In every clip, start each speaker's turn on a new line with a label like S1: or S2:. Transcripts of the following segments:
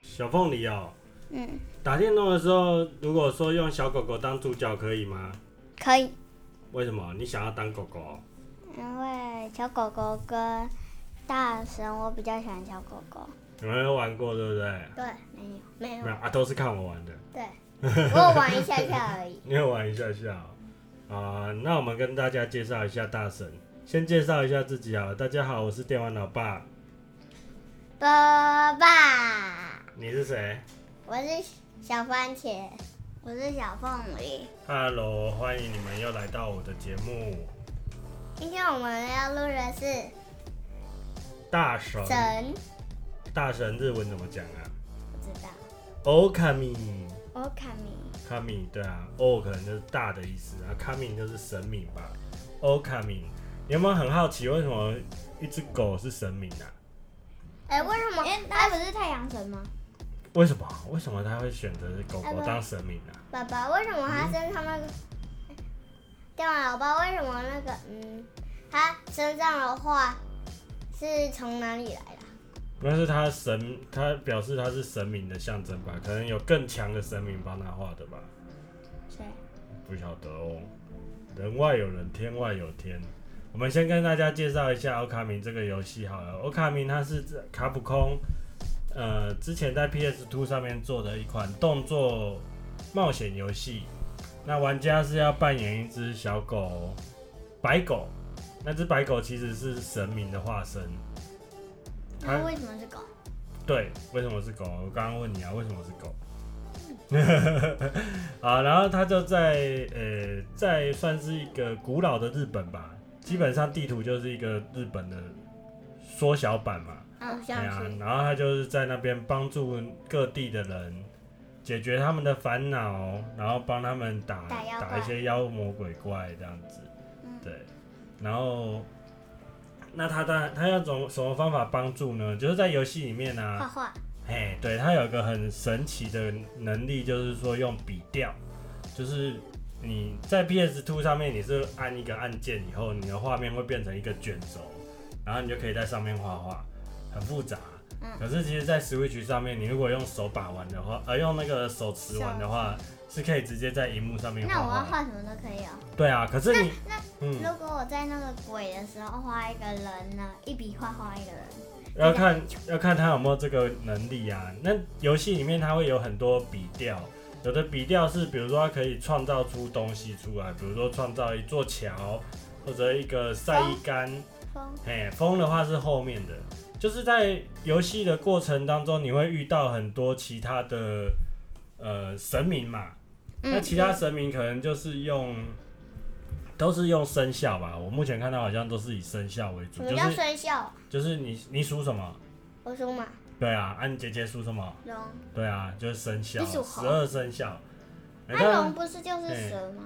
S1: 小凤梨哦，
S2: 嗯，
S1: 打电动的时候，如果说用小狗狗当主角可以吗？
S2: 可以，
S1: 为什么？你想要当狗狗哦？
S2: 因为小狗狗跟大神，我比较喜欢小狗狗。
S1: 你们有玩过对不对？
S2: 对，没有，没
S1: 没有，啊，都是看我玩的。
S2: 对，我玩一下下而已。
S1: 你有玩一下下哦、啊、那我们跟大家介绍一下大神，先介绍一下自己啊。大家好，我是电玩老爸，
S2: 爸爸，
S1: 你是谁
S2: 我是小番茄，我是小凤梨。
S1: ？Hello，欢迎你们又来到我的节目
S2: 今天我们要录的是
S1: 《大神》。
S2: 神，
S1: 大神日文怎么讲啊
S2: 不知道，
S1: o k a m i
S2: 我卡米，
S1: k a m i 对啊 o 可能就是大的意思啊 k a m i 就是神明吧 o k a m i 你有没有很好奇为什么一只狗是神明啊？
S2: 哎、为什么？因为他不是太阳神吗？
S1: 为什么？为什么他会选择狗狗当神明啊？
S2: 爸爸，为什么他身上那个？电话老爸，为什么那个嗯，他身上的话是从哪里来的？
S1: 那是他神，他表示他是神明的象征吧？可能有更强的神明帮他画的吧？
S2: 谁？
S1: 不晓得哦。人外有人，天外有天。我们先跟大家介绍一下《欧卡明》这个游戏好了。《欧卡明》它是卡普空，呃，之前在 PS Two 上面做的一款动作冒险游戏。那玩家是要扮演一只小狗，白狗。那只白狗其实是神明的化身。它
S2: 那为什么是狗？
S1: 对，为什么是狗？我刚刚问你啊，为什么是狗？ 啊，然后他就在呃，在算是一个古老的日本吧，基本上地图就是一个日本的缩小版嘛，
S2: 好
S1: 对
S2: 像
S1: 啊，然后他就是在那边帮助各地的人解决他们的烦恼，然后帮他们打
S2: 打妖怪
S1: 一些妖魔鬼怪这样子，
S2: 嗯
S1: 对，然后那他他他要怎么什么方法帮助呢？就是在游戏里面啊呢、
S2: 画画。
S1: 哎，对，他有一个很神奇的能力，就是说用笔调，就是你在 PS Two 上面你是按一个按键以后，你的画面会变成一个卷轴，然后你就可以在上面画画，很复杂。
S2: 嗯
S1: 可是其实，在 Switch 上面，你如果用手把玩的话，呃，用那个手持玩的话，是可以直接在荧幕上面
S2: 那
S1: 画
S2: 我
S1: 画。
S2: 要画什么都可以哦。
S1: 对啊，可是你，
S2: 那
S1: 嗯，
S2: 如果我在那个鬼的时候画一个人呢？一笔画画一个人。
S1: 要看要看他有没有这个能力啊。那游戏里面它会有很多笔调，有的笔调是比如说它可以创造出东西出来，比如说创造一座桥或者一个晒衣杆。
S2: 风
S1: 嘿，风的话是后面的，就是在游戏的过程当中，你会遇到很多其他的呃神明嘛。
S2: 嗯
S1: 那其他神明可能就是用。都是用生肖吧，我目前看到好像都是以生肖为主
S2: 什，么
S1: 就
S2: 叫
S1: 是
S2: 生肖？
S1: 就是你你属什么，
S2: 我属马，
S1: 对啊，按姐姐属什么？
S2: 龙。
S1: 对啊，就是生肖，
S2: 你属
S1: 十
S2: 猴
S1: 二生肖。哎
S2: 那
S1: 但
S2: 啊龙不是就是蛇吗？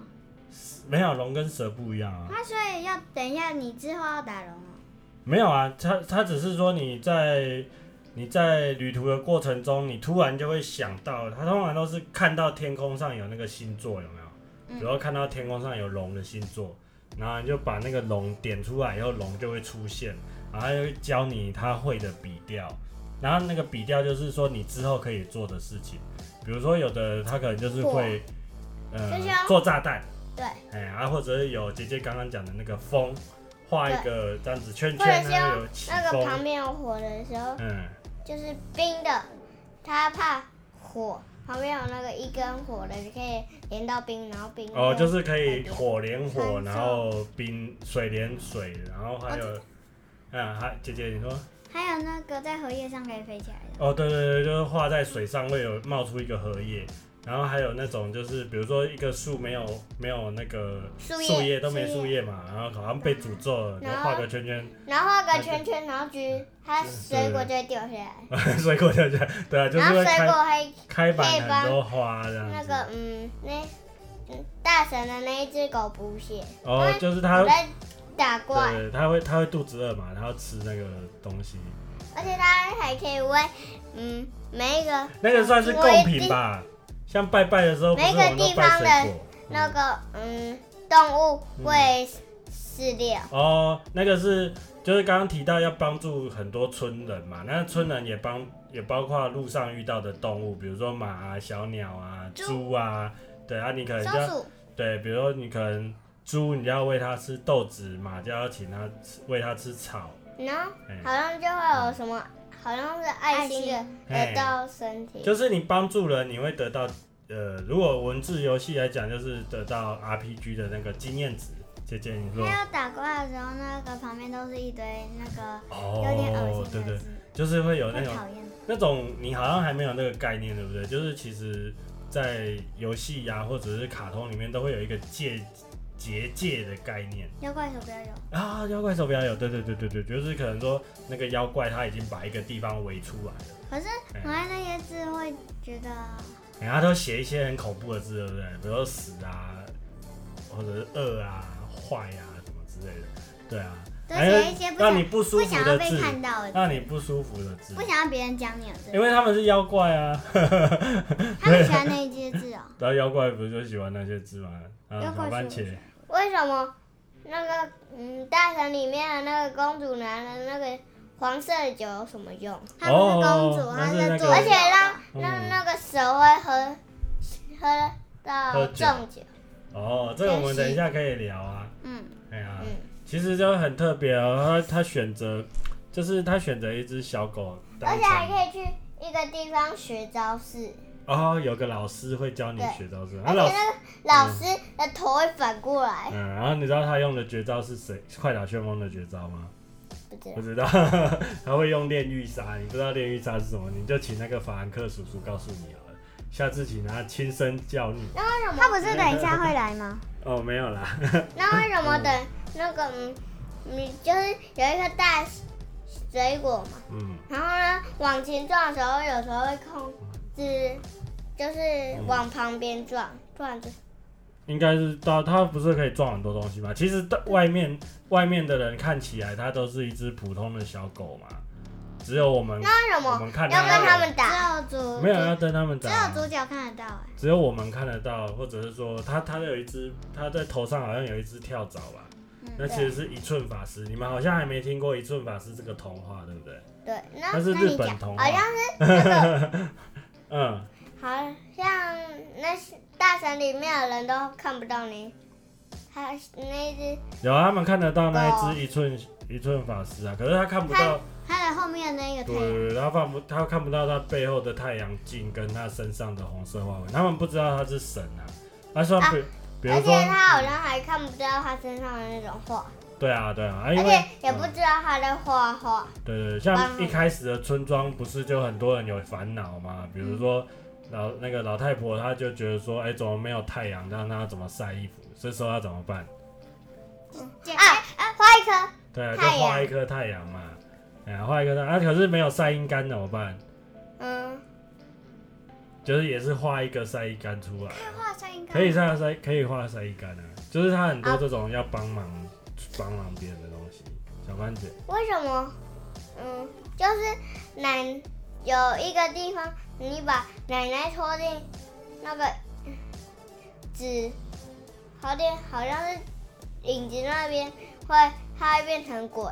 S1: 没有龙跟蛇不一样啊，
S2: 那所以要等一下，你之后要打龙哦。
S1: 没有啊，它它只是说你在你在旅途的过程中，你突然就会想到，它通常都是看到天空上有那个星座有没有？
S2: 嗯
S1: 比如说看到天空上有龙的星座，然后你就把那个龙点出来以后，龙就会出现，然后它就会教你它会的笔调，然后那个笔调就是说你之后可以做的事情，比如说有的它可能就是会呃
S2: 就像
S1: 做炸弹，
S2: 对，
S1: 哎、啊，或者是有姐姐刚刚讲的那个风，画一个这样子圈
S2: 或者
S1: 圈，
S2: 是
S1: 然后
S2: 用
S1: 有起
S2: 那个旁
S1: 风，
S2: 边有火的时候，
S1: 嗯，
S2: 就是冰的，它怕火，旁边有那个一根火的，你可以连到冰，然后冰就。
S1: 哦，就是可以火连火，
S2: 嗯
S1: 然后冰水连水，然后还
S2: 哦
S1: 有，嗯，还姐姐你说，
S2: 还有那个在荷叶上可以飞起来的。
S1: 哦，对对对，就是画在水上会有冒出一个荷叶。然后还有那种就是，比如说一个树没有没有那个
S2: 树叶
S1: 都没
S2: 树叶嗯
S1: 树叶嘛，然后好像被诅咒了，就
S2: 然后
S1: 画个圈圈，
S2: 然后画个圈圈，然后橘，它水果就会掉下来，
S1: 水果就这样，对啊，就
S2: 然
S1: 是
S2: 后
S1: 会
S2: 水
S1: 开
S2: 果还
S1: 开满
S2: 可以帮
S1: 很多花这样子。
S2: 那个嗯那嗯大神的那一只狗补血，
S1: 哦，就是它
S2: 哎我在打怪，
S1: 对，它会它会肚子饿嘛，它要吃那个东西，
S2: 而且它还可以喂嗯每一个
S1: 那个算是贡品吧。像拜拜的时候，不是我们都拜水果？
S2: 那
S1: 嗯
S2: 个嗯动物喂饲料，
S1: 哦，那个是就是刚刚提到要帮助很多村人嘛，那村人也帮也包括路上遇到的动物，比如说马啊、小鸟啊、
S2: 猪
S1: 猪啊，对啊，你可能就
S2: 松
S1: 要
S2: 鼠
S1: 对，比如说你可能猪，你就要喂它吃豆子，马就要请它吃喂它吃草，
S2: 然后
S1: 哎、
S2: 好像就会有什么，好像是爱心的得到身体，
S1: 哎就是你帮助人，你会得到呃，如果文字游戏来讲，就是得到 RPG 的那个经验值。姐姐，你说
S3: 还有打怪的时候，那个旁边都是一堆那个有点恶
S1: 哦，对对
S3: 心
S1: 哎
S3: 的，字，
S1: 就是会有那
S3: 会
S1: 种
S3: 讨厌。
S1: 那种你好像还没有那个概念，对不对？就是其实，在游戏呀或者是卡通里面，都会有一个界结界的概念
S3: 妖怪手不要有，
S1: 啊。妖怪手表有，对对对对对，就是可能说那个妖怪他已经把一个地方围出来了，
S3: 可是
S1: 哎
S3: 我爱那些字会觉得
S1: 然哎后他都写一些很恐怖的字，对不对？比如说死啊，或者是恶啊、坏啊什么之类的，对啊，
S3: 都
S1: 还有
S3: 写一些不
S1: 让你
S3: 想
S1: 不舒
S3: 不想
S1: 服
S3: 要
S1: 的
S3: 被
S1: 字，
S3: 看到 的字，
S1: 让你不舒服的字
S3: 不，想要别人讲你的 字
S1: 因。为他们是妖怪啊。
S3: 他们喜欢那一些字哦，
S1: 然后妖怪不是就喜欢那些芝麻，然
S3: 妖
S1: 后
S3: 怪
S1: 小番
S3: 喜欢
S1: 茄，
S2: 为什么那个嗯大神里面的那个公主拿了那个黄色的酒有什么用？
S3: 她不是公
S1: 哦
S3: 主，她
S1: 那是那个
S3: 做，
S2: 而且让
S1: 嗯
S2: 让那个蛇会喝喝到
S1: 喝酒
S2: 中酒，
S1: 哦，这个我们等一下可以聊啊。
S3: 嗯，
S1: 哎呀、
S2: 嗯
S1: 其实就很特别哦，他他选择就是他选择一只小狗
S2: 而
S1: 当
S2: 且还
S1: 成
S2: 可以去一个地方学招式，
S1: 哦，有个老师会教你
S2: 对
S1: 学招式，
S2: 而
S1: 啊老
S2: 且
S1: 师，
S2: 那个老师的头会反过来，
S1: 嗯，然后你知道他用的绝招是谁？快打旋风的绝招吗？
S2: 不知道
S1: 不知道，他会用炼狱杀，你不知道炼狱杀是什么，你就请那个法兰克叔叔告诉你好了，下次请他亲身教你。
S2: 那为什么
S3: 他不是等一下会来吗？
S1: 哦，没有啦。
S2: 那为什么等那个嗯，你就是有一颗大水果嘛，
S1: 嗯，
S2: 然后呢往前撞的时候，有时候会控制，就是往旁边撞，撞就
S1: 应该是它，它不是可以撞很多东西吗？其实的外面外面的人看起来它都是一只普通的小狗嘛，只有我们
S2: 那为什
S1: 我
S2: 么
S1: 们看
S2: 要
S1: 它
S2: 跟他们打？
S3: 只有主
S1: 没有要跟他们
S3: 只
S1: 打
S3: 有
S1: 啊，
S3: 主角看得到哎，
S1: 只有我们看得到，或者是说它它有一只它在头上好像有一只跳蚤吧
S3: 嗯。
S1: 那其实是一寸法师，你们好像还没听过一寸法师这个童话，对不对？
S2: 对，那
S1: 它是
S3: 那
S1: 日
S3: 你
S1: 本
S3: 讲
S1: 童话
S2: 好，像是那个
S1: 嗯，
S2: 好像那些大神里面的人都看不到你，还有那一只
S1: 有啊他们看得到那
S2: 狗
S1: 一只一寸一寸法师啊，可是他看不到
S3: 他的后面那个太阳，
S2: 嗯
S1: 对，他看不，他看不到他背后的太阳镜跟他身上的红色花纹，他们不知道他是神啊。他说
S2: 啊
S1: 比，比如
S2: 而
S1: 说
S2: 且，他好像还看不到他身上的那种画，
S1: 对啊，对啊，啊
S2: 而
S1: 因为
S2: 且也不知嗯道他在画画。
S1: 对对，对
S2: 帮
S1: 像一开始的村庄不是就很多人有烦恼嘛？比
S2: 嗯
S1: 如说老那个老太婆，她就觉得说，哎、怎么没有太阳？让她怎么晒衣服？这时候要怎么办？
S3: 姐
S2: 啊啊，画一颗，
S1: 对啊，就
S2: 太阳
S1: 画一颗太阳嘛，哎呀，画一颗太阳，啊，可是没有晒阴干怎么办？
S2: 嗯，
S1: 就是也是画一个晒衣杆出来。
S3: 画上应该
S1: 可以晒晒，可以画晒衣杆啊，就是他很多这种要帮忙帮、忙别人的东西。小番茄，
S2: 为什么？嗯，就是奶有一个地方，你把奶奶拖进那个嗯纸，好点，好像是影子那边会，它会变成鬼。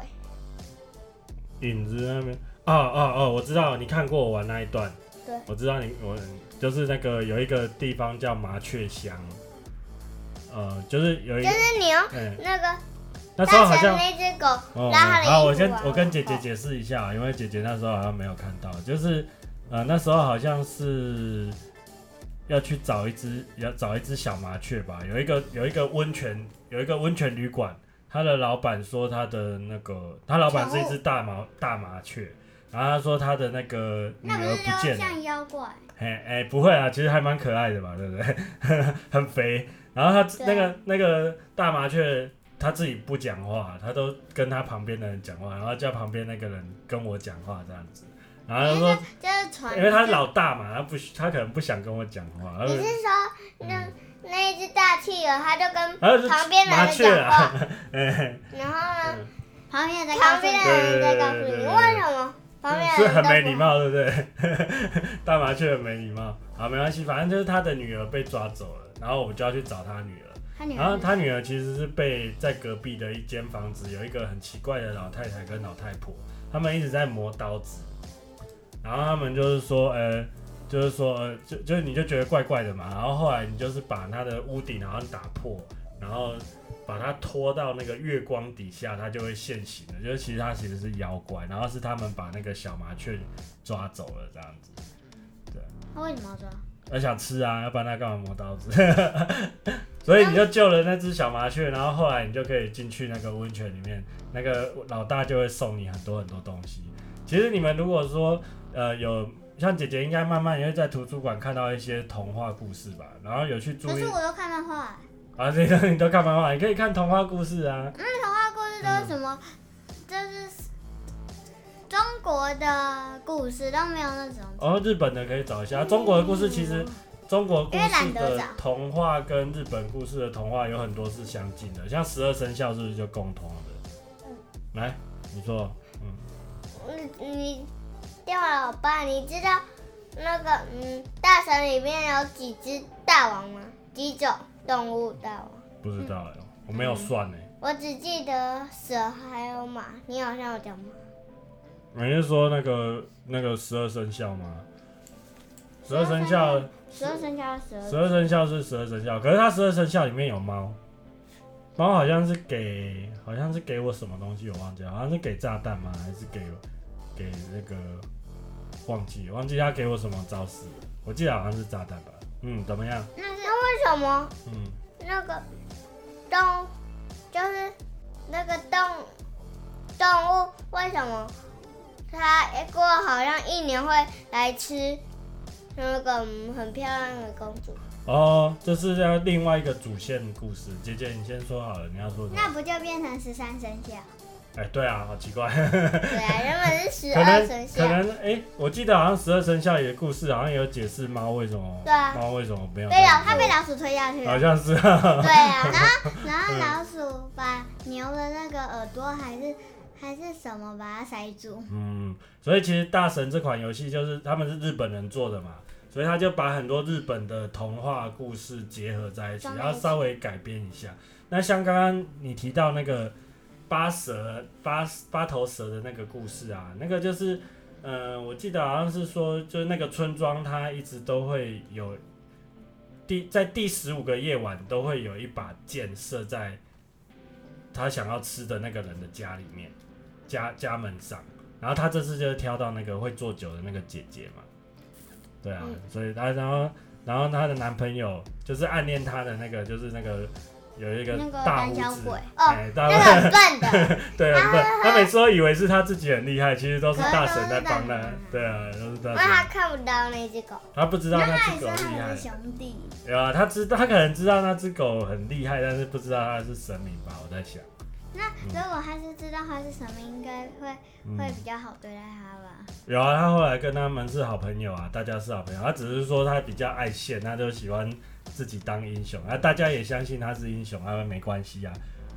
S1: 影子那边，哦哦哦，我知道，你看过我玩那一段，
S2: 对，
S1: 我知道你我就是那个有一个地方叫麻雀乡，呃，就是有一
S2: 就
S1: 个，
S2: 是你用
S1: 哎、
S2: 那个
S1: 那时候好
S2: 当
S1: 像。
S2: 成那只狗
S1: 哦，
S2: 拉它的衣服、啊
S1: 好，我先我跟姐姐解释一下，因为姐姐那时候好像没有看到，就是呃那时候好像是要去找一只要找一只小麻雀吧，有一个有一个温泉有一个温泉旅馆，他的老板说他的那个他老板是一只大麻大麻雀，然后他说他的那个女
S3: 那不
S1: 儿
S3: 是
S1: 不见
S3: 就
S1: 了。
S3: 像妖怪？
S1: 哎哎、不会啊，其实还蛮可爱的吧，对不对？ 很肥，然后他
S2: 对
S1: 那个那个大麻雀，他自己不讲话，他都跟他旁边的人讲话，然后叫旁边那个人跟我讲话这样子。然后他
S2: 哎
S1: 说，
S3: 就是船，
S1: 因为他是老大嘛，他不他可能不想跟我讲话，然后
S2: 你是说那
S1: 嗯
S2: 那一只大企鹅，它就跟
S1: 然后是
S2: 旁边
S1: 麻
S2: 来的
S1: 雀
S2: 讲话
S1: 啊，，哎
S2: 然后呢，
S3: 旁边在告
S2: 旁
S3: 诉
S2: 边
S3: 你
S2: 的人在告诉你
S1: 对对对对对
S2: 为什么旁 边的
S1: 是
S2: 人都
S1: 很
S2: 不
S1: 没礼貌，对不对？ 大麻雀很没礼貌。好，没关系，反正就是他的女儿被抓走了，然后我们就要去找他女儿。
S3: 他女
S1: 然后
S3: 儿
S1: 啊他女儿其实是被在隔壁的一间房子有一个很奇怪的老太太跟老太婆，他们一直在磨刀子，然后他们就是说，呃，就是说，呃、就就你就觉得怪怪的嘛。然后后来你就是把它的屋顶好像打破，然后把它拖到那个月光底下，它就会现形了。就是其实它其实是妖怪，然后是他们把那个小麻雀抓走了这样子。
S3: 他为什么要抓？
S1: 我想吃啊，要不然它干嘛磨刀子？ 所以你就救了那只小麻雀，然后后来你就可以进去那个温泉里面，那个老大就会送你很多很多东西。其实你们如果说呃有像姐姐，应该慢慢也会在图书馆看到一些童话故事吧，然后有去注
S3: 可
S1: 意
S3: 是我都看漫画，
S1: 啊，这个你都看漫画，你可以看童话故事啊。
S3: 那童话故事都是什么？
S1: 嗯
S3: 就是中国的故事都没有那种。
S1: 哦，日本的可以找一下，中国的故事其实中国故
S3: 因为
S1: 事
S3: 懒得
S1: 的
S3: 找
S1: 童话跟日本故事的童话有很多是相近的，像十二生肖是不是就共通的？来，你说，嗯，
S2: 嗯，你掉了老爸，你知道那个嗯大神里面有几只大王吗？几种动物大王？
S1: 不知道哎、我没有算哎、
S2: 我只记得蛇还有马，你好像有讲马。
S1: 你是说那个那个十二生肖吗？十二生肖，
S3: 十二生肖十
S1: 十
S3: 二，
S1: 二生肖是十二生肖，可是它十二生肖里面有猫，猫好像是给好像是给我什么东西，我忘记了，好像是给炸弹吗？还是给给那个忘记忘记他给我什么招式了？我记得好像是炸弹吧。嗯，怎么样？
S3: 那是
S2: 那为什么
S1: 嗯，
S2: 那个动就是那个动动物为什么它过好像一年会来吃那个嗯很漂亮的公主？
S1: 哦，这是要另外一个主线故事。姐姐，你先说好了，你要说什么？
S3: 那不就变成十三生肖？
S1: 哎、对啊，好奇怪。
S2: 对啊，原本是十
S1: 可
S2: 二
S1: 能
S2: 生肖
S1: 可。能哎、我记得好像十二生肖里的故事好像有解释猫为什么
S2: 对啊
S1: 猫为什么没有
S3: 被老
S1: 在
S3: 他被老鼠推下去了
S1: 好。像是啊，
S2: 对啊，
S3: 然后然后老
S1: 嗯
S3: 鼠把牛的那个耳朵还是还是什么把它塞住，
S1: 嗯，所以其实《大神》这款游戏就是他们是日本人做的嘛，所以他就把很多日本的童话故事结合在一起，
S3: 装在
S1: 然
S3: 一起
S1: 后稍微改编一下。那像刚刚你提到那个八蛇八八头蛇的那个故事啊，那个就是，呃，我记得好像是说，就是那个村庄它一直都会有第在第十五个夜晚都会有一把箭射在他想要吃的那个人的家里面家家门上，然后他这次就是挑到那个会做酒的那个姐姐嘛，对啊，所以他然后然后她的男朋友就是暗恋她的那个就是那个有一个
S3: 那个
S1: 大
S3: 胆
S1: 胡
S3: 小
S1: 子
S3: 鬼，
S2: 哦
S1: 哎大
S2: 那个很笨的。
S1: 对，很笨。他每次都以为是他自己很厉害，其实都是大神在帮
S3: 可
S1: 他
S3: 能都是大神。
S1: 对啊，都是大
S2: 那
S1: 神
S2: 他。看不到那只狗，
S1: 他不知道
S3: 那
S1: 那
S3: 他
S1: 只
S3: 也
S1: 狗
S3: 是他
S1: 厉害
S3: 们的，兄弟。
S1: 对啊，他知道他可能知道那只狗很厉害，但是不知道它是神明吧？我在想，
S3: 那如果他是知道他是神明，应该会会
S1: 嗯，
S3: 比较好对待他吧？
S1: 有啊，他后来跟他们是好朋友啊，大家是好朋友。他只是说他比较爱现，他就喜欢自己当英雄啊，大家也相信他是英雄，他们没关系啊。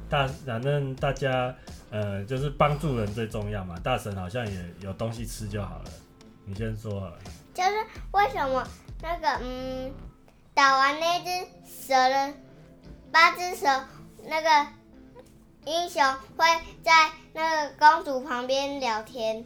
S1: 大反正大家呃，就是帮助人最重要嘛。大神好像也有东西吃就好了，你先说好了。
S2: 就是为什么那个嗯，打完那只蛇的八只蛇，那个英雄会在那个公主旁边聊天。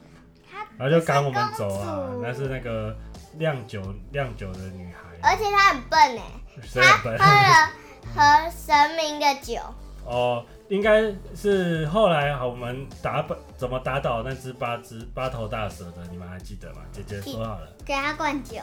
S1: 然后就赶我们走啊
S3: 公！主
S1: 那是那个酿酒酿酒的女
S2: 而
S1: 孩，
S2: 且他很笨哎，
S1: 谁
S2: 他
S1: 很
S2: 喝
S1: 笨？
S2: 了和神明的酒，
S1: 哦，应该是后来好我们打败怎么打倒那只八只八头大蛇的，你们还记得吗？姐姐说好了，
S3: 给他灌酒，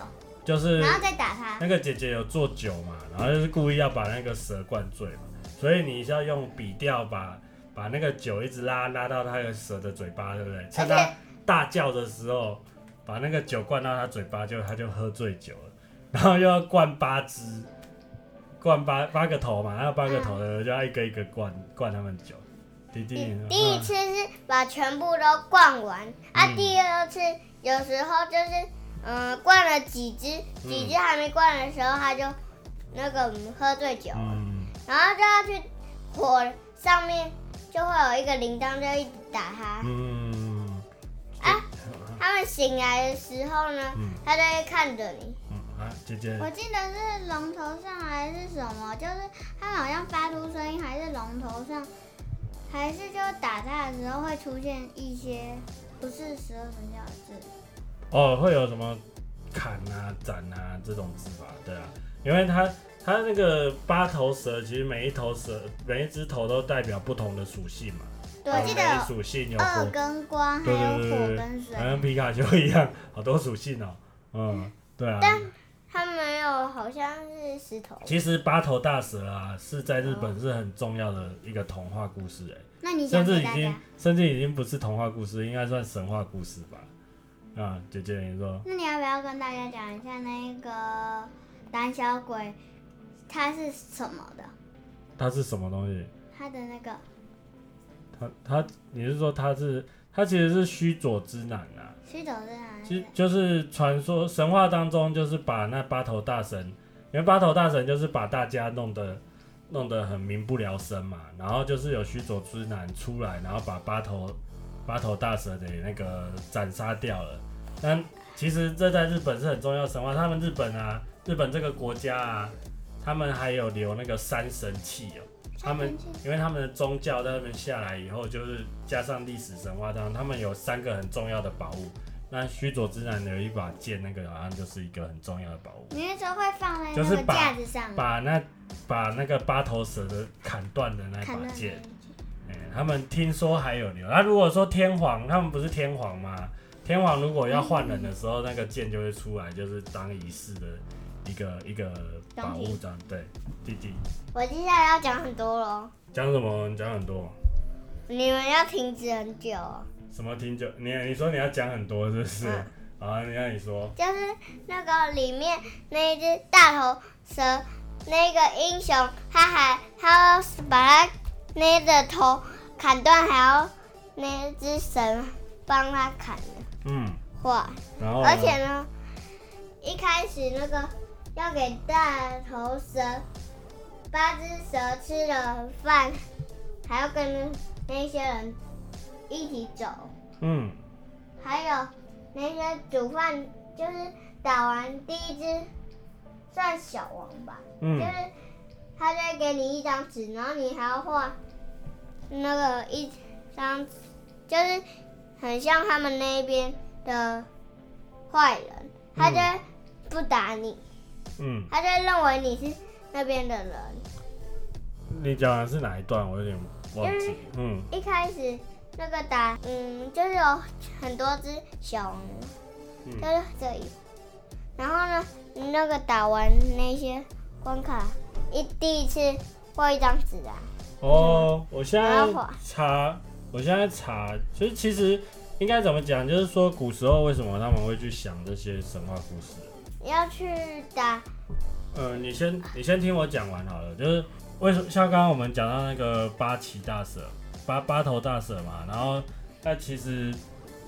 S1: 就是
S2: 啊
S3: 然后再打他。
S1: 那个姐姐有做酒嘛，然后就是故意要把那个蛇灌醉嘛，所以你是要用笔调把把那个酒一直拉拉到它的蛇的嘴巴，对不对？趁它大叫的时候，把那个酒灌到它嘴巴，就它就喝醉酒了，然后又要灌八支，灌八八个头嘛，然后八个头的就要一个一个灌灌他们酒。弟弟，
S2: 第
S1: 你
S2: 第一
S1: 嗯
S2: 次是把全部都灌完，啊，
S1: 嗯
S2: 第二次有时候就是嗯灌了几只，
S1: 嗯
S2: 几只还没灌的时候，他就那个嗯喝醉酒了。
S1: 嗯，
S2: 然后就要去火上面，就会有一个铃铛，就一直打他。
S1: 嗯，
S2: 啊，他们醒来的时候呢，
S1: 嗯
S2: 他就会看着你。
S1: 嗯啊，姐姐，
S3: 我记得是龙头上还是什么，就是他们好像发出声音，还是龙头上，还是就打他的时候会出现一些不是十二生肖的字。
S1: 哦，会有什么砍啊、斩啊这种指法，对啊，因为它它那个八头蛇，其实每一头蛇每一只头都代表不同的属性嘛，
S3: 对
S1: 然
S3: 我
S1: 后
S3: 记
S1: 每一
S3: 得
S1: 属性有
S3: 二
S1: 火
S3: 跟光，还
S1: 对
S3: 有
S1: 对
S3: 火
S1: 对对
S3: 跟
S1: 对，
S3: 水
S1: 好。像皮卡丘一样， 好多属性哦。嗯，对啊。
S2: 它没有，好像是石头。
S1: 其实八头大蛇啊，是在日本是很重要的一个童话故事、欸，
S3: 那啊你
S1: 甚
S3: 讲
S1: 至
S3: 给
S1: 已
S3: 大
S1: 经
S3: 家，
S1: 甚至已经不是童话故事，应该算神话故事吧？啊，姐姐你说，
S3: 那你要不要跟大家讲一下那个胆小鬼它是什么的？
S1: 它是什么东西？
S3: 它的那个
S1: 它它，你是说它是它其实是须佐之男啊？
S3: 须走是哪
S1: 其
S3: 里
S1: 实？就是传说神话当中，就是把那八头大神，因为八头大神就是把大家弄得弄得很民不聊生嘛，然后就是有须佐之男出来，然后把八头八头大蛇给那个斩杀掉了。但其实这在日本是很重要的神话，他们日本啊，日本这个国家啊，他们还有留那个山神器哦、他们因为他们的宗教在那边下来以后，就是加上历史神话当中，他们有三个很重要的宝物。那须佐之男有一把剑，那个好像就是一个很重要的宝物，
S3: 你那时候会放在
S1: 就
S3: 那
S1: 是
S3: 个
S1: 把
S3: 架子
S2: 嗯
S3: 上吗？
S1: 把那把那个八头蛇的砍断的那
S3: 砍
S1: 把
S3: 断
S1: 剑，
S3: 那一句
S1: 哎、他们听说还有留。那、如果说天皇，他们不是天皇吗？天皇如果要换人的时候，那个剑就会出来，就是当仪式的一个一个宝
S3: 东
S1: 物
S3: 西
S1: 这样。对，弟弟
S2: 我接下来要讲很多咯，
S1: 讲什么？你讲很多。
S2: 你们要停止很久哦。
S1: 什么挺久？你你说你要讲很多是不是？啊，你让你说，
S2: 就是那个里面那一只大头蛇，那个英雄，他还他把他那的头砍断，还要那只神帮他砍的
S1: 嗯，
S2: 话，
S1: 然后呢
S2: 而且呢，一开始那个要给大头蛇八只蛇吃了饭，还要跟那些人一起走。
S1: 嗯，
S2: 还有那些煮饭，就是打完第一只算小王吧，
S1: 嗯
S2: 就是他就会给你一张纸，然后你还要画那个一张，就是很像他们那边的坏人，他就会不打你，
S1: 嗯，
S2: 他就会认为你是那边的人。
S1: 你讲的是哪一段？我有点忘记。嗯
S2: 一开始那个打，嗯，就是有很多只小王，
S1: 嗯
S2: 就是这里。然后呢，那个打完那些关卡，一第一次画一张纸啊，
S1: 哦，我现在
S2: 然后
S1: 查，我现在查，就是其实应该怎么讲？就是说古时候为什么他们会去想这些神话故事？
S2: 要去打，
S1: 呃，你先你先听我讲完好了，就是为什么像刚刚我们讲到那个八岐大蛇，八八头大蛇嘛，然后那其实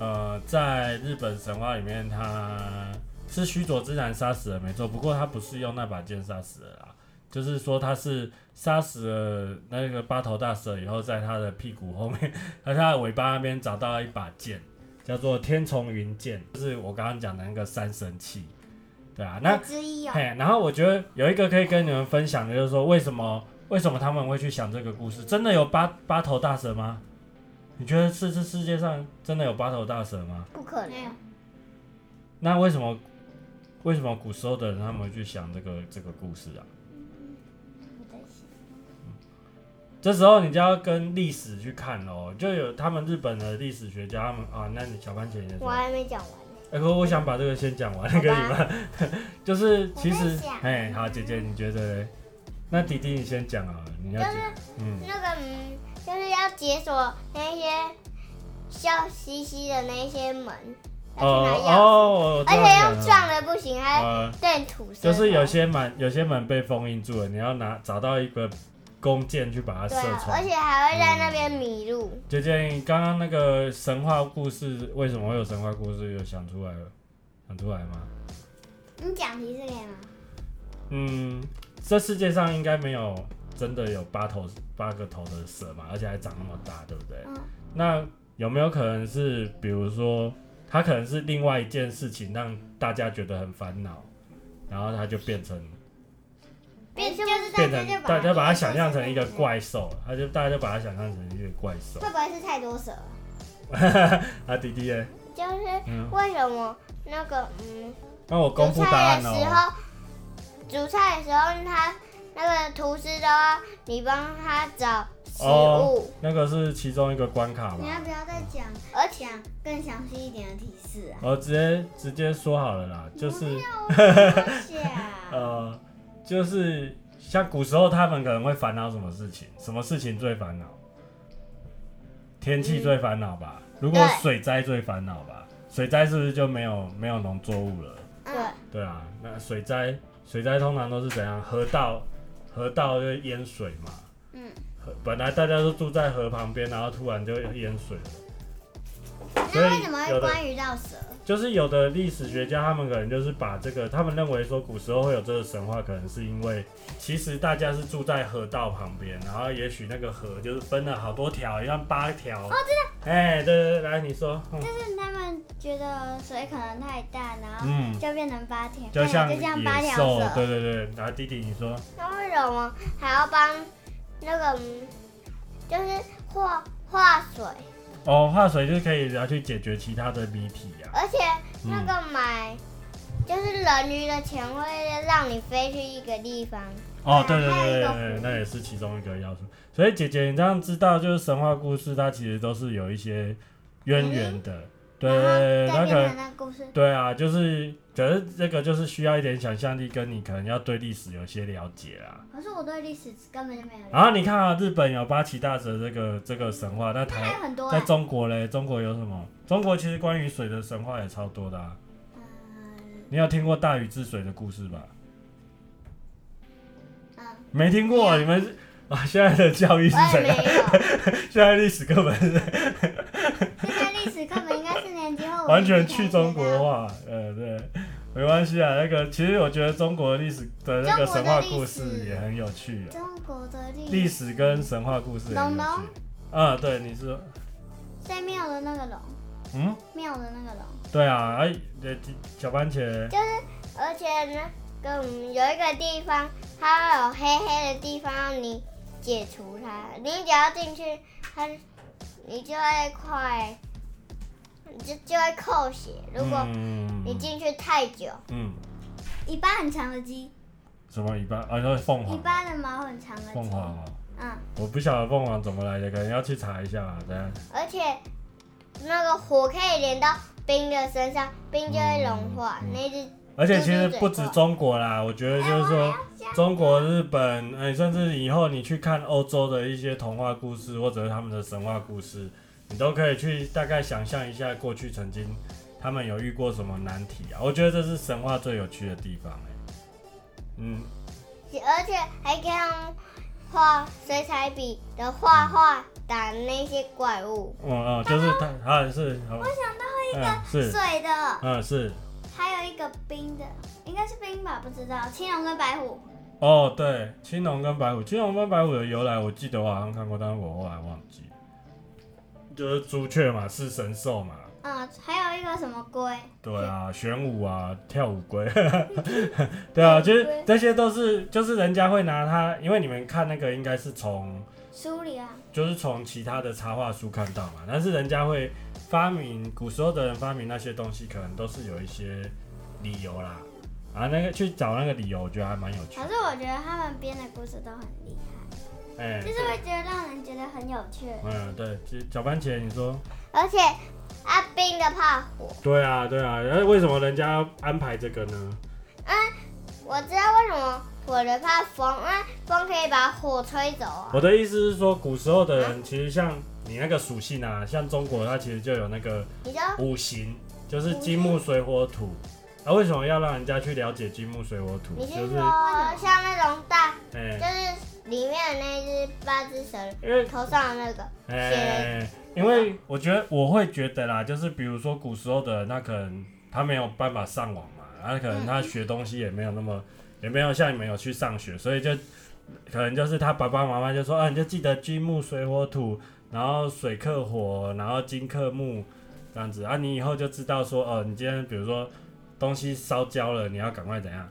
S1: 呃，在日本神话里面，它是须佐之男杀死了没错，不过他不是用那把剑杀死的啦，就是说他是杀死了那个八头大蛇以后，在他的屁股后面， 在他的尾巴那边找到一把剑，叫做天丛云剑，就是我刚刚讲的那个三神器，对啊，那
S3: 有之一哦。
S1: 嘿，然后我觉得有一个可以跟你们分享的，就是说为什么为什么他们会去想这个故事？真的有八八头大蛇吗？你觉得是这世界上真的有八头大蛇吗？
S2: 不可
S3: 没有
S1: 嗯
S2: 能。，
S1: 那为什么为什么古时候的人他们会去想这个这个故事啊？这时候你就要跟历史去看咯，就有他们日本的历史学家，他们啊，那你小番茄也
S2: 我
S1: 说，哎、
S2: 还没讲完呢。
S1: 可我想把这个先讲完，可以吗？ 就是其
S3: 我
S1: 实
S3: 在想，
S1: 哎，好，姐姐你觉得嘞？那弟弟你先讲啊，你要讲，嗯。
S2: 那个嗯，就是要解锁那些笑嘻嘻的那些门，要去拿
S1: 哦
S2: 钥匙，
S1: 哦，我知
S2: 而
S1: 道
S2: 且用
S1: 你讲
S2: 撞
S1: 了
S2: 的不行，还
S1: 呃，
S2: 对土生。
S1: 就是有些门有些门被封印住了，你要拿找到一个弓箭去把它
S2: 对
S1: 射
S2: 啊，而
S1: 穿。
S2: 且还会在那边
S1: 嗯
S2: 迷路。
S1: 姐姐，你刚刚那个神话故事为什么会有神话故事？有想出来了？想出来吗？
S3: 你讲提示给吗？
S1: 嗯，这世界上应该没有真的有八头八个头的蛇嘛，而且还长那么大，对不对？
S3: 嗯
S1: 那有没有可能是，比如说，它可能是另外一件事情让大家觉得很烦恼，然后它就变成
S3: 哎变就是
S1: 变
S3: 在
S1: 成
S3: 这
S1: 大家把它想象成一个，怪兽，他就大家就把它想象成一个怪 兽。
S3: 会不会是太多蛇了？
S1: 啊，弟弟耶，
S2: 就是
S1: 嗯
S2: 为什么那个嗯，
S1: 那我公
S2: 煮
S1: 布答
S2: 菜
S1: 案
S2: 的时
S1: 哦。
S2: 候，煮菜的时候他那个厨师都要你帮他找食
S1: 哦
S2: 物，，
S1: 那个是其中一个关卡
S3: 你要
S1: 嘛。
S3: 不要再讲
S2: 而且
S3: 讲更详细一点的提示啊？
S1: 哦我直接直接说好了啦，就是
S3: 嗯下，
S1: 呃，就是像古时候他们可能会烦恼什么事情，什么事情最烦恼？天气最烦恼吧。如果
S2: 对
S1: 水灾最烦恼吧，水灾是不是就没有没有农作物了？
S2: 对
S3: 嗯
S1: 对啊，那水灾水灾通常都是怎样？河道河道就淹水嘛。
S3: 嗯，
S1: 河本来大家都住在河旁边，然后突然就淹水了。所
S3: 那为什么
S1: 以
S3: 会
S1: 有的
S3: 关于到蛇？
S1: 就是有的历史学家，他们可能就是把这个，他们认为说古时候会有这个神话，可能是因为其实大家是住在河道旁边，然后也许那个河就是分了好多条，像八条。哦，知道。哎、对对对，来你说。嗯
S3: 就是他们觉得水可能太大，然后
S1: 嗯，
S3: 就变成八条，
S1: 就像
S3: 就像八
S1: 野
S3: 条
S1: 兽，
S3: 蛇。
S1: 对对对。然后弟弟你说，
S2: 那为什么还要帮那个嗯就是化化水？
S1: 哦，化水就是可以拿去解决其他的谜题啊呀、
S2: 而且那个买、就是人鱼的钱会让你飞去一个地方，
S1: 哦，对对
S3: 对还有
S1: 对对
S3: 一个
S1: 对，
S3: 湖
S1: 那也是其中一个要素。所以姐姐，你这样知道，就是神话故事它其实都是有一些渊源的。对对
S2: 嗯
S1: 对，对呃那
S3: 然后再变
S1: 个
S3: 成那故事。
S1: 对啊，就是可是这个就是需要一点想象力，跟你可能要对历史有些了解啦。
S3: 可是我对历史根本就没有了解，
S1: 然后你看啊，日本有八岐大蛇这个这个神话，那
S3: 还有
S1: 台
S3: 很多
S1: 在
S3: 啊。
S1: 中国嘞，中国有什么？中国其实关于水的神话也超多的、啊。
S3: 嗯
S1: 你有听过大禹治水的故事吧？
S3: 嗯，
S1: 没听过，你们是啊，现在的教 育是啊
S2: 我也
S1: 怎
S2: 哎没
S1: 样？
S2: 有。
S1: 现在历史课本是
S3: 现在历史课本应该是年级 后
S1: 完全去中国化，呃，哦对，没关系啊。那个，其实我觉得中国历史的那个神话故事也很有趣、啊，
S3: 中国的历
S1: 历
S3: 史
S1: 史跟神话故事也很有
S3: 龙
S1: 趣
S3: 龙。
S1: 啊，对，你是，
S3: 最妙的那个龙，
S1: 嗯，
S3: 妙的那个龙，
S1: 对啊，哎，呃小番茄，
S2: 而且呢，跟呃有一个地方，它有黑黑的地方，让你解除它。你只要进去，它你就会快，你就就会扣血。如果
S1: 嗯
S2: 你进去太久，
S1: 嗯，
S3: 尾巴很长的鸡，
S1: 什么尾巴？啊，说凤
S3: 尾
S1: 凰，
S3: 巴的毛很长的
S1: 凤
S3: 鸡，
S1: 凰哦，
S3: 嗯，
S1: 我不晓得凤凰怎么来的，可能要去查一下啊，等一下。
S2: 而且那个火可以连到冰的身上，冰就会融化。
S1: 嗯嗯
S2: 那只
S1: 而且其实不止中国啦，我觉得就是说，中国、日本，哎、甚至以后你去看欧洲的一些童话故事，或者是他们的神话故事，你都可以去大概想象一下过去曾经他们有遇过什么难题啊。我觉得这是神话最有趣的地方、哎，嗯，
S2: 而且还可以用画水彩笔的画画打那些怪物。
S1: 哦哦，就是他啊是，我
S3: 想到
S1: 一个是，
S3: 水的，
S1: 嗯是，
S3: 还有一个冰的，应该是冰吧，不知道。青龙跟白虎，
S1: 哦对，青龙跟白虎，青龙跟白虎的由来我记得我好像看过，但是我后来忘记，就是朱雀嘛，是神兽嘛，
S3: 嗯，还有一个什么龟，
S1: 对啊，玄武啊，跳舞龟，对啊，就是这些都是，就是人家会拿它，因为你们看那个应该是从，
S3: 书里啊，
S1: 就是从其他的插画书看到嘛，但是人家会发明，古时候的人发明那些东西，可能都是有一些理由啦，啊，那个去找那个理由，我觉得还蛮有趣
S3: 可
S1: 的，
S3: 是我觉得他们编的故事都很厉害，
S1: 哎、
S3: 就是会觉得让人觉得很有趣。
S1: 嗯，对，其实小番茄，你说，
S2: 而且阿冰的怕火，
S1: 对啊，对啊，那为什么人家要安排这个呢？
S2: 啊我知道为什么火的怕风，因为风可以把火吹走啊。
S1: 我的意思是说，古时候的人其实像你那个属性啊，像中国它其实就有那个
S2: 你知道
S1: 五行，就是金木水火土。啊，为什么要让人家去了解金木水火土？
S2: 你
S1: 就是是
S2: 说像那种大，
S1: 哎
S2: 就是里面的那只八只蛇
S1: 因为
S2: 头上的那个，
S1: 哎、因为我觉得我会觉得啦，就是比如说古时候的人，那可能他没有办法上网嘛，然后可能他学东西也没有那么，也没有像你们有去上学，所以就可能就是他爸爸妈妈就说啊，你就记得金木水火土，然后水克火，然后金克木这样子啊，你以后就知道说哦、你今天比如说东西烧焦了，你要赶快怎样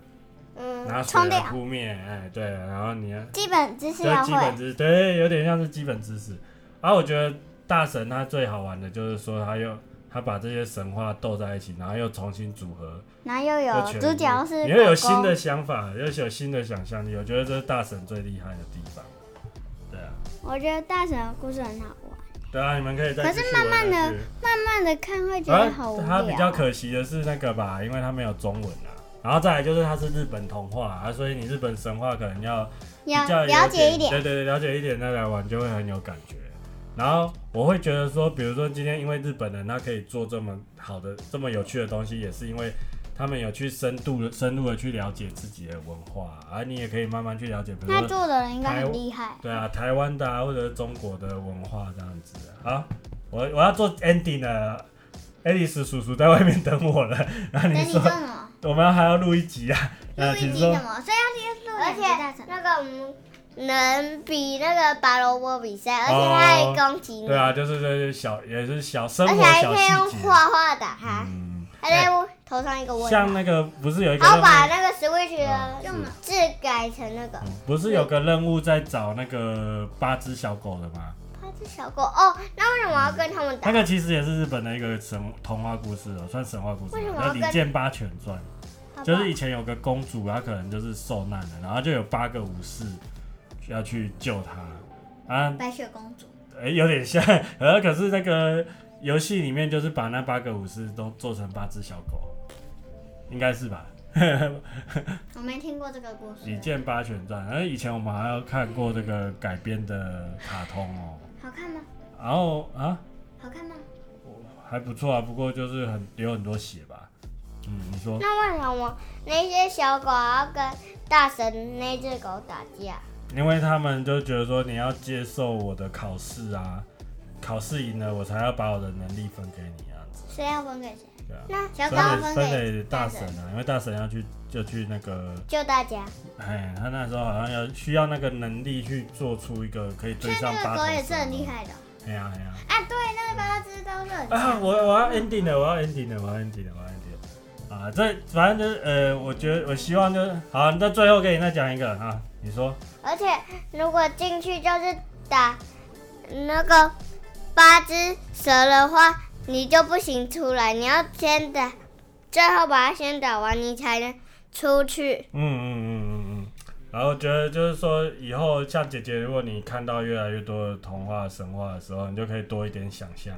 S2: 嗯，
S1: 拿水
S3: 冲
S1: 来
S3: 掉
S1: 扑灭，哎、对，然后你要
S3: 基本知识
S1: 就
S3: 要
S1: 基
S3: 会
S1: 本，知识，对，有点像是基本知识。而、啊、我觉得大神他最好玩的就是说他用他把这些神话斗在一起，然后又重新组合，
S3: 然后又有
S1: 又全
S3: 啊主角是
S1: 你又有
S3: 狗
S1: 新
S3: 狗
S1: 的想法，又有新的想象力，我觉得这是大神最厉害的地方。对啊，
S3: 我觉得大神的故事很好玩，
S1: 对啊，你们可以再
S3: 可
S1: 继
S3: 是
S1: 续
S3: 慢
S1: 玩
S3: 慢
S1: 下
S3: 地
S1: 去
S3: 慢慢的看会觉
S1: 啊
S3: 得好无，聊。
S1: 它比较可惜的是那个吧，因为它没有中文啊。然后再来就是它是日本童话啊，所以你日本神话可能要比较
S3: 要了解一点，
S1: 对对对，了解一点再来玩就会很有感觉。然后我会觉得说，比如说今天因为日本人他可以做这么好的、这么有趣的东西，也是因为他们有去深度的、深入的去了解自己的文化，而、你也可以慢慢去了解，比如
S3: 那
S1: 说
S3: 做的人应该很厉害。
S1: 对啊，台湾的、啊、或者是中国的文化这样子、啊。好，我我要做 ending 了，爱丽丝叔叔在外面等我了。 然后
S3: 等
S1: 你
S3: 你做
S1: 说
S3: 什么？
S1: 我们还要录一集啊？
S3: 录
S1: 那
S3: 一
S1: 请
S3: 集
S1: 说
S3: 什么？所以要先
S2: 而
S3: 录两集大
S2: 且
S3: 神。
S2: 那个我们能比那个拔萝卜比赛，而且还攻击你，
S1: 哦对啊，就是这些小也是小生
S2: 而且
S1: 活
S2: 还
S1: 小
S2: 可以用
S1: 细节。
S2: 画画打他，
S1: 嗯，
S2: 他在头上一个问
S1: 像
S2: 号，
S1: 那个不是有一个
S2: 然后
S1: 任
S2: 把
S1: 务，
S2: 那个 Switch
S1: 啊
S2: 的
S1: 是
S3: 用了
S2: 字改成那个
S1: 嗯不是有个任务在找那个八只小狗的吗？
S2: 八只小狗哦，那为什么要跟他们打
S1: 那？个其实也是日本的一个神童话故事哦，算神话故事
S2: 为什
S1: 吧，
S2: 么
S1: 叫
S2: 要
S1: 《
S2: 跟
S1: 李健八犬传》。
S2: 好不
S1: 就
S2: 好
S1: 是以前有个公主，她可能就是受难了，然后就有八个武士要去救她啊，
S3: 白雪公主，
S1: 诶有点像，然后可是那个游戏里面就是把那八个武士都做成八只小狗，应该是吧？
S3: 我没听过这个故
S1: 《李
S3: 事，
S1: 剑八犬传》，然后以前我们还有看过这个改编的卡通哦，
S3: 好看吗？
S1: 然后啊
S3: 好看吗？
S1: 还不错啊，不过就是很有很多血吧，嗯，你说
S2: 那为什么那些小狗要跟大神那只狗打架？
S1: 因为他们就觉得说你要接受我的考试啊，考试赢了我才要把我的能力分给你啊，
S3: 谁要分给谁？
S1: 对啊，
S2: 那小
S3: 小狗
S2: 狗
S3: 要
S1: 分
S3: 分
S1: 给
S3: 给
S1: 分给大神啊，因为大神要去就去那个，
S2: 救大家，
S1: 哎，他那时候好像要需要那个能力去做出一个可以
S3: 所
S1: 对
S3: 以
S1: 上
S3: 那
S1: 八
S3: 个
S1: 头
S3: 狗也是
S1: 身
S3: 很
S1: 的
S3: 厉，害的哦。
S1: 哎呀哎呀，
S3: 啊，对，那个八只都是很
S1: 啊，
S3: 强。
S1: 我我要 ending 了，我要 ending 了，我要 ending 了，我要 ending 了。啊，这反正就是呃，我觉得我希望就是好，那最后给你再讲一个啊，你说
S2: 而且如果进去就是打那个八只蛇的话，你就不行出来，你要先打，最后把它先打完，你才能出去。
S1: 嗯嗯嗯嗯嗯，然后觉得就是说，以后像姐姐，如果你看到越来越多的童话、神话的时候，你就可以多一点想象。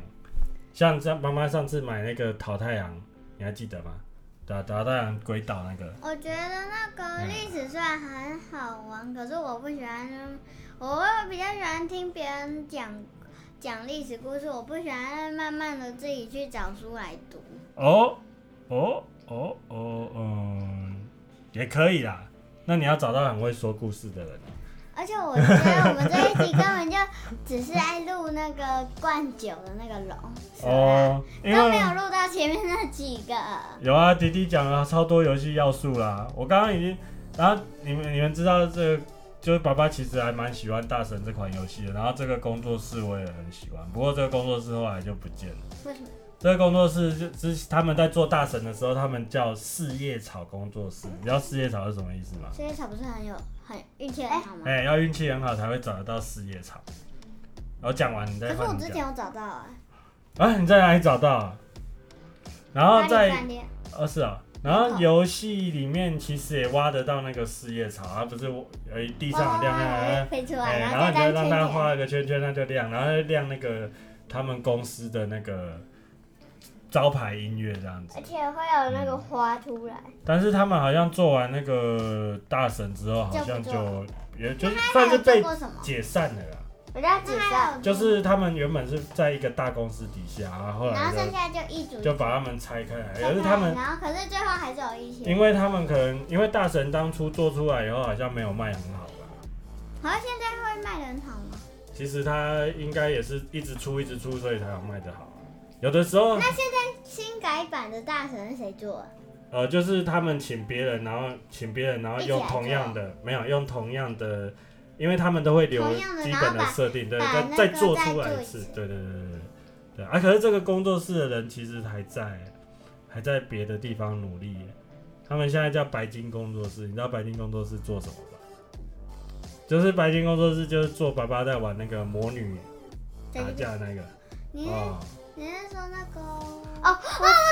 S1: 像像妈妈上次买那个《淘太阳》，你还记得吗？对啊，《淘太阳》鬼岛那个，
S3: 我觉得那个
S1: 嗯
S3: 历史虽然很好玩，可是我不喜欢，我会比较喜欢听别人讲讲历史故事，我不喜欢慢慢的自己去找书来读。
S1: 哦哦哦哦，嗯，也可以啦。那你要找到很会说故事的人。
S3: 而且我觉得我们这一集根本就只是在录那个灌酒的 那个龙，
S1: 哦，因
S3: 啊都没
S1: 为
S3: 有录到前面那几个。
S1: 有啊，迪迪讲了超多游戏要素啦。我刚刚已经，然后你们你们知道这个，就是爸爸其实还蛮喜欢《大神》这款游戏的。然后这个工作室我也很喜欢，不过这个工作室后来就不见了。
S3: 为什么？
S1: 这个工作室就之他们在做《大神》的时候，他们叫四叶草工作室。你知道四叶草是什么意思吗？
S3: 这些草不是很有很运气很好吗？
S1: 哎、要运气很好才会找得到四叶草。我讲完你
S3: 可
S1: 再
S3: 是我
S1: 换你
S3: 之
S1: 讲。
S3: 前有找到啊，
S1: 啊，你在哪里找到啊？然后
S3: 巴黎
S1: 再
S3: 饭店。
S1: 哦，是啊。然后游戏里面其实也挖得到那个四叶草，它不是呃地上有亮亮
S3: 哇
S1: 亮，
S3: 飞出
S1: 哎
S3: 来，啊然
S1: 然后
S3: 后
S1: 你就
S3: 再
S1: 让
S3: 当
S1: 它
S3: 圈
S1: 画
S3: 圈。
S1: 一个圈圈，它就亮，然后就亮那个他们公司的那个招牌音乐这样子
S3: 哎
S2: 而。且会有那个花出来，
S1: 但是他们好像做完那个大神之后，好像
S3: 就不
S1: 就
S3: 做
S1: 也就
S3: 那
S1: 算是
S3: 还有哎做
S1: 被
S3: 过什么？
S1: 解散了啦。
S2: 我要解散。
S3: 有做
S1: 就是他们原本是在一个大公司底下，然后后
S3: 然
S1: 来
S3: 后剩下就一组
S1: 就，就把他们拆开来，
S3: 拆开
S1: 可是他们嗯
S3: 然后可是最后还是有一些，
S1: 因为他们可能因为大神当初做出来以后好像没有卖很好吧，
S3: 好像现在会卖人好吗？
S1: 其实他应该也是一直出一直出，所以才有卖得好啊。有的时候，
S3: 新改版的大神是谁做的？
S1: 呃，就是他们请别人，然后请别人，然后
S3: 一起
S1: 用
S3: 来
S1: 同
S3: 做
S1: 样的，没有用同样的，因为他们都会留
S3: 同样的
S1: 基
S3: 然后
S1: 本的
S3: 把
S1: 设定，对，
S3: 把
S1: 再
S3: 那
S1: 再
S3: 个
S1: 做
S3: 再
S1: 出来
S3: 做
S1: 一
S3: 一
S1: 次
S3: 次，
S1: 对对对对对对啊！可是这个工作室的人其实还在，还在别的地方努力耶。他们现在叫白金工作室，你知道白金工作室做什么吗？就是白金工作室就是做爸爸在玩那个魔女
S3: 在
S1: 打
S3: 这边
S1: 架那个
S3: 你是
S1: 哦，
S3: 你是说那个？
S2: 哦哦，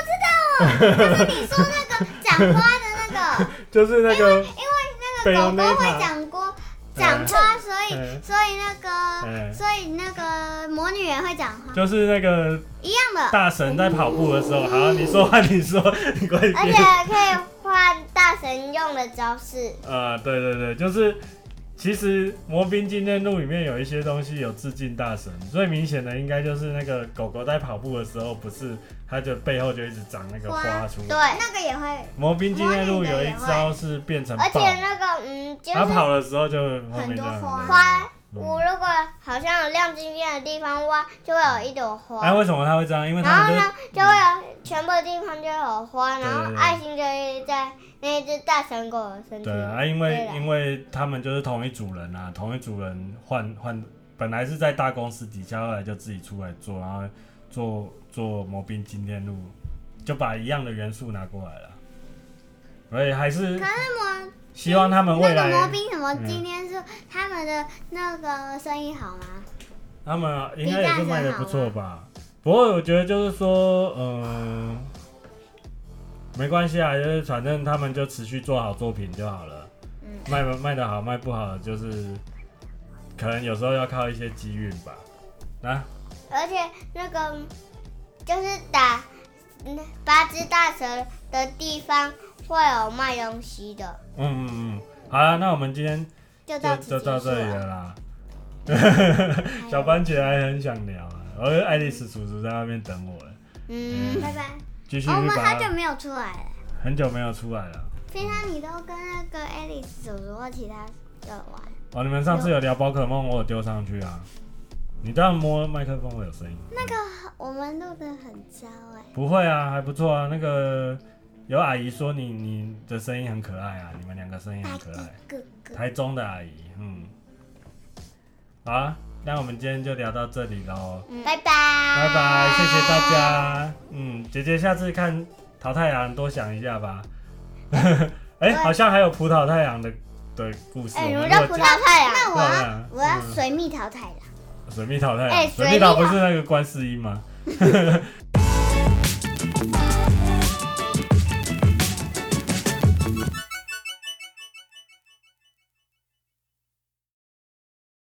S2: 我知道了，就是你说那个长花的那 个，
S1: 就是那
S3: 哎
S1: 个
S2: 因为那个狗狗会长锅长花，所以
S1: 嗯
S2: 所以那个
S1: 嗯
S2: 所以那个魔女也会长花，
S1: 就是那个
S2: 一样的，
S1: 大神在跑步的时候，好，你说话，你说，你快
S2: 而且
S1: 点。
S2: 可以换大神用的招式。
S1: 啊，对对对，就是其实《魔兵纪念录》里面有一些东西有致敬大神，最明显的应该就是那个狗狗在跑步的时候，不是它的背后就一直长那个花出来。
S2: 对，
S3: 那个也会，
S1: 《魔兵纪念录》有一招是变成
S2: 而且
S1: 豹，
S2: 那个嗯，就
S1: 它
S2: 是
S1: 跑的时候就后面这样
S3: 很多花
S2: 花，
S1: 嗯
S2: 我如果好像有亮晶晶的地方挖，就会有一朵花。
S1: 哎，为什么它会这样？因为
S2: 然
S1: 它
S2: 后
S1: 们
S2: 呢，就会有全部的地方就有花，然
S1: 嗯对对
S2: 后
S1: 对
S2: 爱心就会在那一只大神狗的身体。
S1: 对啊，因为
S2: 对啦
S1: 因为他们就是同一组人啊，同一组人换换，本来是在大公司底下，后来就自己出来做，然后做做魔兵今天录，就把一样的元素拿过来了，所以还是
S3: 可是魔
S1: 希望他们未
S3: 那个魔
S1: 来
S3: 兵什么
S1: 嗯
S3: 今天是他们的那个生意好吗？
S1: 他们应该也是卖的不错吧。
S3: 啊
S1: 不过我觉得就是说，嗯、没关系啊，就是反正他们就持续做好作品就好了。
S3: 嗯
S1: 卖不卖的好，卖不好就是可能有时候要靠一些机运吧。啊，
S2: 而且那个就是打嗯八只大蛇的地方会有卖东西的，
S1: 嗯嗯嗯，好了，那我们今天
S2: 就到
S1: 就
S2: 此
S1: 就到
S2: 结
S3: 啊
S2: 束
S1: 这里
S2: 了。
S1: 了啦。
S3: 哎
S1: 小番茄还很想聊啊，而爱丽丝叔叔在外面等我了，
S2: 嗯，
S3: 拜拜。
S1: 继续
S3: 哦我
S1: 去
S3: 们
S1: 把
S3: 好久
S1: 它
S3: 没有出来了。
S1: 很久没有出来了。
S3: 平常你都跟那个 Alice 叔叔或其他的玩，
S1: 哦，你们上次有聊宝可梦，我有丢上去啊。你这样摸麦克风会有声音？
S3: 那个我们录的很糟哎、
S1: 不会啊，还不错啊。那个有阿姨说你你的声音很可爱啊，你们两个声音
S3: 大
S1: 很
S3: 地
S1: 可爱。
S3: 哥哥，
S1: 台中的阿姨，嗯。好啊，那我们今天就聊到这里喽，
S2: 嗯拜拜，
S1: 拜
S2: 拜
S1: 拜，谢谢大。家。嗯，姐姐下次看淘太阳多想一下吧。 哎、好像还有葡萄太阳的的故事，
S2: 哎，
S1: 我
S2: 你
S1: 们
S2: 们
S1: 如
S2: 叫
S1: 果
S2: 葡
S1: 讲
S2: 萄太阳，
S3: 那我
S1: 对
S3: 要
S1: 啊
S3: 我要
S1: 嗯
S3: 随蜜淘汰了。
S1: 水蜜桃太
S2: 哎
S1: 阳，水
S2: 水
S1: 蜜
S2: 蜜
S1: 桃
S2: 桃
S1: 不是那个观世音吗？